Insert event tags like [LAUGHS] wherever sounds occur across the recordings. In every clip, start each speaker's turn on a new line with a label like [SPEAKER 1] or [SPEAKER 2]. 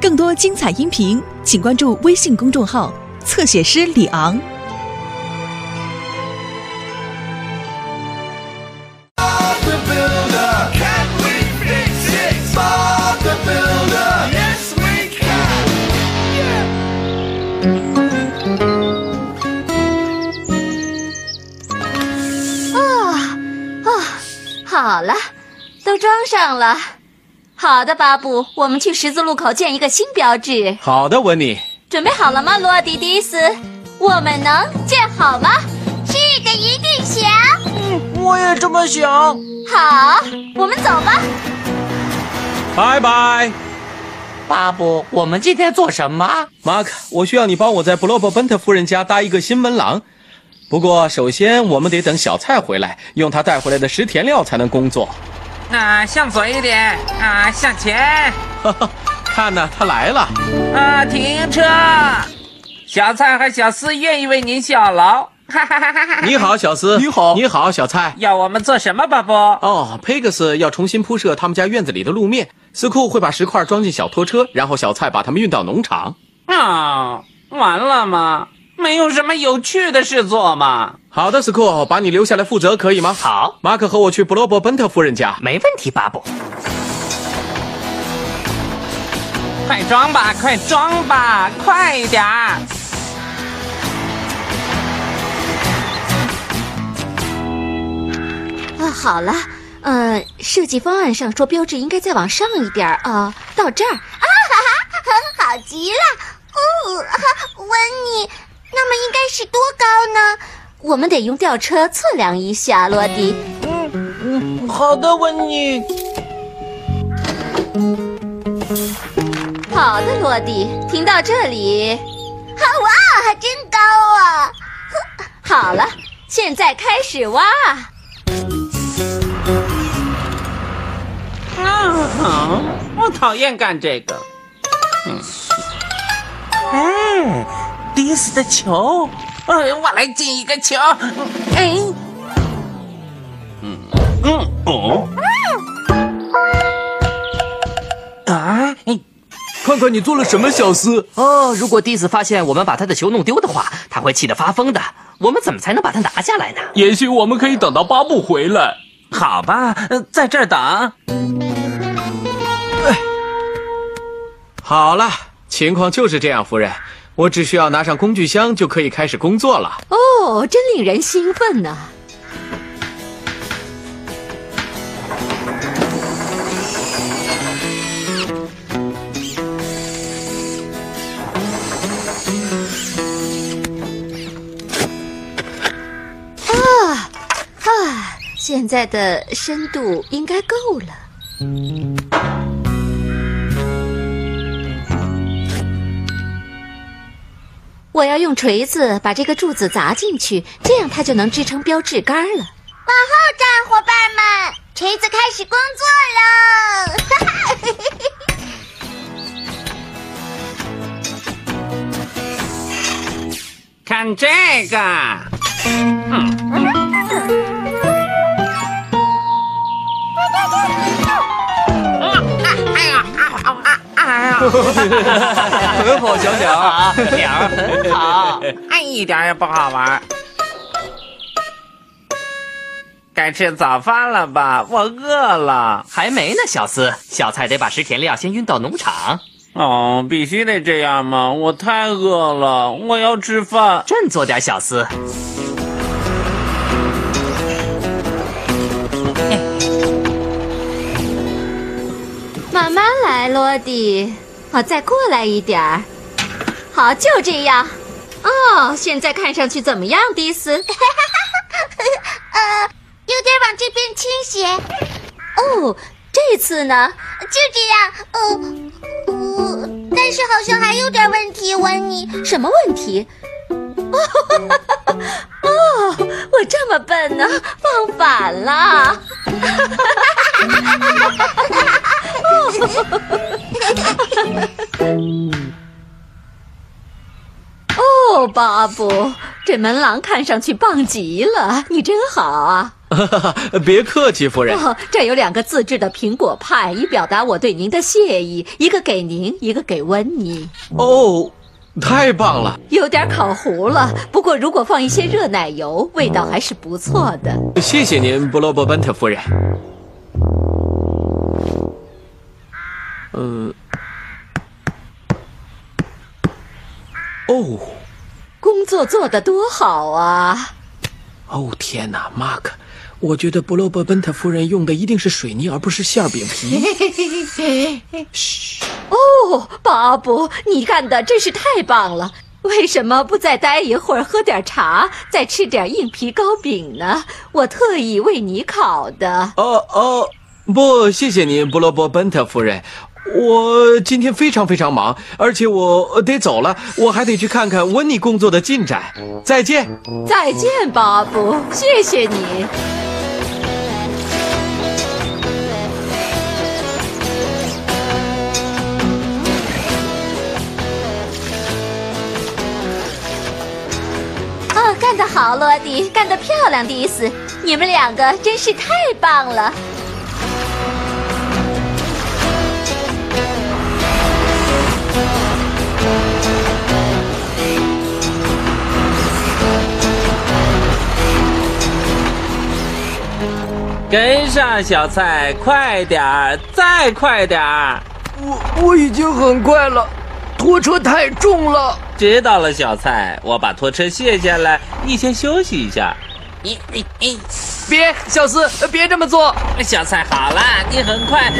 [SPEAKER 1] 更多精彩音频，请关注微信公众号“侧写师李昂”。
[SPEAKER 2] Bob the Builder. Can we fix it? Bob the Builder. Yes, we can.
[SPEAKER 3] 好了，都装上了。好的，巴布，我们去十字路口建一个新标志。
[SPEAKER 4] 好的，文尼。
[SPEAKER 3] 准备好了吗，罗迪迪斯？我们能建好吗？是的，一定行。
[SPEAKER 5] 我也这么想。
[SPEAKER 3] 好，我们走吧。
[SPEAKER 4] 拜拜，
[SPEAKER 5] 巴布，我们今天做什么？
[SPEAKER 4] 马克，我需要你帮我在布洛伯奔特夫人家搭一个新门廊。不过，首先我们得等小蔡回来，用他带回来的食甜料才能工作。 [LAUGHS]
[SPEAKER 6] 啊，向左一点，啊，向前，
[SPEAKER 4] 哈哈，看呐、他来了。
[SPEAKER 6] 啊，停车。小蔡和小四愿意为您效劳， [LAUGHS] 哈哈哈哈哈！
[SPEAKER 4] 你好，小斯。
[SPEAKER 5] 你好
[SPEAKER 4] 你好，小蔡。
[SPEAKER 6] 要我们做什么，巴布？
[SPEAKER 4] 哦，佩克斯要重新铺设他们家院子里的路面，斯库会把石块装进小拖车，然后小蔡把它们运到农场。
[SPEAKER 6] 啊，完了吗？没有什么有趣的事做吗？
[SPEAKER 4] 好的，斯库，把你留下来负责可以吗？
[SPEAKER 5] 好，
[SPEAKER 4] 马可和我去布罗伯奔特夫人家。
[SPEAKER 5] 没问题，巴布。
[SPEAKER 6] 快装吧，快装吧，快一点儿！
[SPEAKER 3] 啊，好了，呃，设计方案上说标志应该再往上一点儿啊、到这儿。啊哈哈，好极了！哦，温妮，那么应该是多高呢？我们得用吊车测量一下，罗迪。
[SPEAKER 5] 嗯好的，温妮。
[SPEAKER 3] 好的，罗迪，停到这里。好哇，还真高啊！好了，现在开始挖。
[SPEAKER 6] 啊，我讨厌干这个。嗯，哎，迪斯的球，哎，我来进一个球。哎，嗯嗯哦，啊，哎
[SPEAKER 4] 看看你做了什么，小斯。
[SPEAKER 5] 哦，如果迪斯发现我们把他的球弄丢的话，他会气得发疯的。我们怎么才能把他拿下来呢？
[SPEAKER 4] 也许我们可以等到巴布回来。
[SPEAKER 6] 好吧，呃在这儿等。
[SPEAKER 4] 好了，情况就是这样，夫人。我只需要拿上工具箱就可以开始工作了。
[SPEAKER 3] 哦，真令人兴奋呐、啊啊！现在的深度应该够了。我要用锤子把这个柱子砸进去，这样它就能支撑标志杆儿了。往后站，伙伴们，锤子开始工作喽！ [LAUGHS]
[SPEAKER 6] 看这个，
[SPEAKER 4] 很好，小小。
[SPEAKER 5] 啊，两很好。
[SPEAKER 6] 哎，一点儿也不好玩儿。该吃早饭了吧？我饿了。
[SPEAKER 5] 还没呢，小斯，小蔡得把食甜料先运到农场。
[SPEAKER 6] 哦，必须得这样吗？我太饿了，我要吃饭。
[SPEAKER 5] 振作点，小斯。
[SPEAKER 3] 慢慢来，罗迪，好，再过来一点儿。好，就这样。哦，现在看上去怎么样，迪斯？ [LAUGHS] 呃，有点往这边倾斜。哦，这次呢？就这样。哦，哦但是好像还有点问题，温妮。什么问题？哦，我这么笨呢，放反了。哦，巴布，这门廊看上去棒极了，你真好啊！
[SPEAKER 4] [LAUGHS] 别客气，夫人。
[SPEAKER 3] 哦，这有两个自制的苹果派，以表达我对您的谢意，一个给您，一个给温妮。
[SPEAKER 4] 哦，太棒了！
[SPEAKER 3] 有点烤糊了，不过如果放一些热奶油，味道还是不错的。
[SPEAKER 4] 谢谢您，布洛伯本特夫人。呃，哦，
[SPEAKER 3] 工作做得多好啊！
[SPEAKER 4] 哦天哪，马克，我觉得布洛伯本特夫人用的一定是水泥，而不是馅儿饼皮。
[SPEAKER 3] 哦，巴布，你干的真是太棒了！为什么不再待一会儿，喝点茶，再吃点硬皮糕饼呢？我特意为你烤的。
[SPEAKER 4] [LAUGHS] 哦哦，不，谢谢您，布洛伯本特夫人。我今天非常非常忙，而且我呃得走了，我还得去看看温妮工作的进展。再见。
[SPEAKER 3] 再见，巴布，谢谢你。啊，干得好，罗迪，干得漂亮，迪斯，你们两个真是太棒了。
[SPEAKER 6] 跟上小菜，快点儿，再快点儿！
[SPEAKER 7] 我我已经很快了，拖车太重了。
[SPEAKER 6] 知道了，小菜，我把拖车卸下来，你先休息一下。你你你，
[SPEAKER 7] 别，小四，呃别这么做。
[SPEAKER 6] 哎小菜好了，你很快。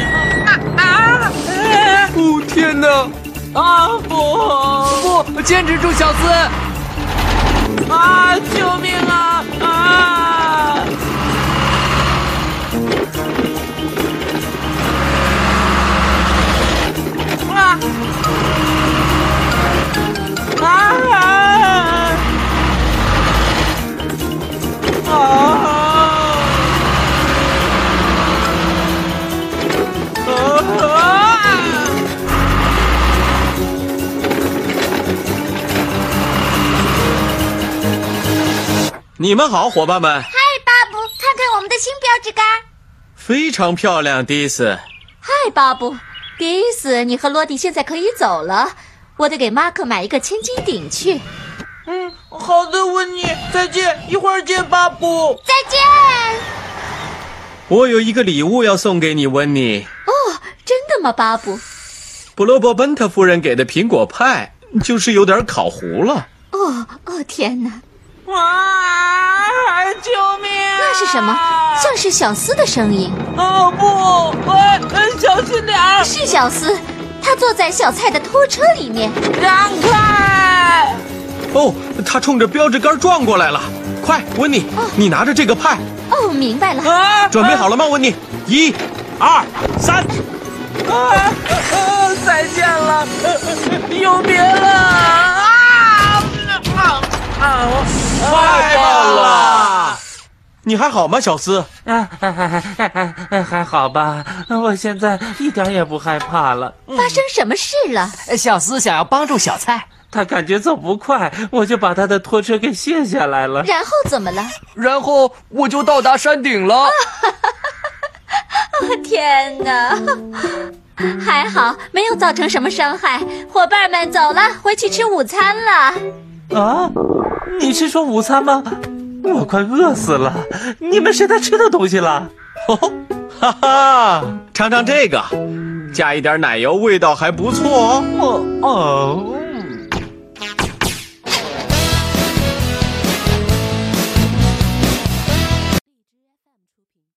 [SPEAKER 7] 哦天哪！
[SPEAKER 6] 啊不
[SPEAKER 7] 不，坚持住，小四。
[SPEAKER 6] 啊！救命啊啊！啊！啊！啊！
[SPEAKER 4] 你们好，伙伴们，
[SPEAKER 3] 嗨，巴布，看看我们的新标志杆。
[SPEAKER 4] 非常漂亮，迪斯。
[SPEAKER 3] 嗨，巴布，迪斯，你和罗迪现在可以走了。我得给马克买一个千斤顶去。
[SPEAKER 6] 嗯好的，温妮，再见，一会儿见，巴布。
[SPEAKER 3] 再见。
[SPEAKER 4] 我有一个礼物要送给你，温妮。
[SPEAKER 3] 哦，真的吗，巴布？
[SPEAKER 4] 布洛伯本特夫人给的苹果派，就是有点烤糊了。
[SPEAKER 3] 哦哦，天哪，
[SPEAKER 6] 啊！救命、啊！
[SPEAKER 3] 那是什么？像是小斯的声音。
[SPEAKER 6] 哦不！哎，哎小心点儿，
[SPEAKER 3] 是小斯，他坐在小菜的拖车里面。
[SPEAKER 6] 让开！
[SPEAKER 4] 哦，他冲着标志杆撞过来了！快，温妮，你拿着这个派，
[SPEAKER 3] 哦，明白了。
[SPEAKER 6] 啊！
[SPEAKER 4] 准备好了吗，温妮？一、二、三。
[SPEAKER 6] 啊！啊再见了，有别了！啊啊啊！
[SPEAKER 4] 太棒了！你还好吗，小斯？
[SPEAKER 6] 啊啊啊！还好吧，我现在一点也不害怕了。
[SPEAKER 3] 发生什么事了？
[SPEAKER 5] 哎小斯想要帮助小菜，
[SPEAKER 6] 他感觉走不快，我就把他的拖车给卸下来了。
[SPEAKER 3] 然后怎么了？
[SPEAKER 7] 然后我就到达山顶了。
[SPEAKER 3] 天哪！ [LAUGHS] 还好没有造成什么伤害。伙伴们，走了，回去吃午餐了。
[SPEAKER 6] 啊，你是说午餐吗？我快饿死了！你们谁在吃的东西了？
[SPEAKER 4] 哦，哈哈，尝尝这个，加一点奶油，味道还不错哦。
[SPEAKER 6] 哦哦，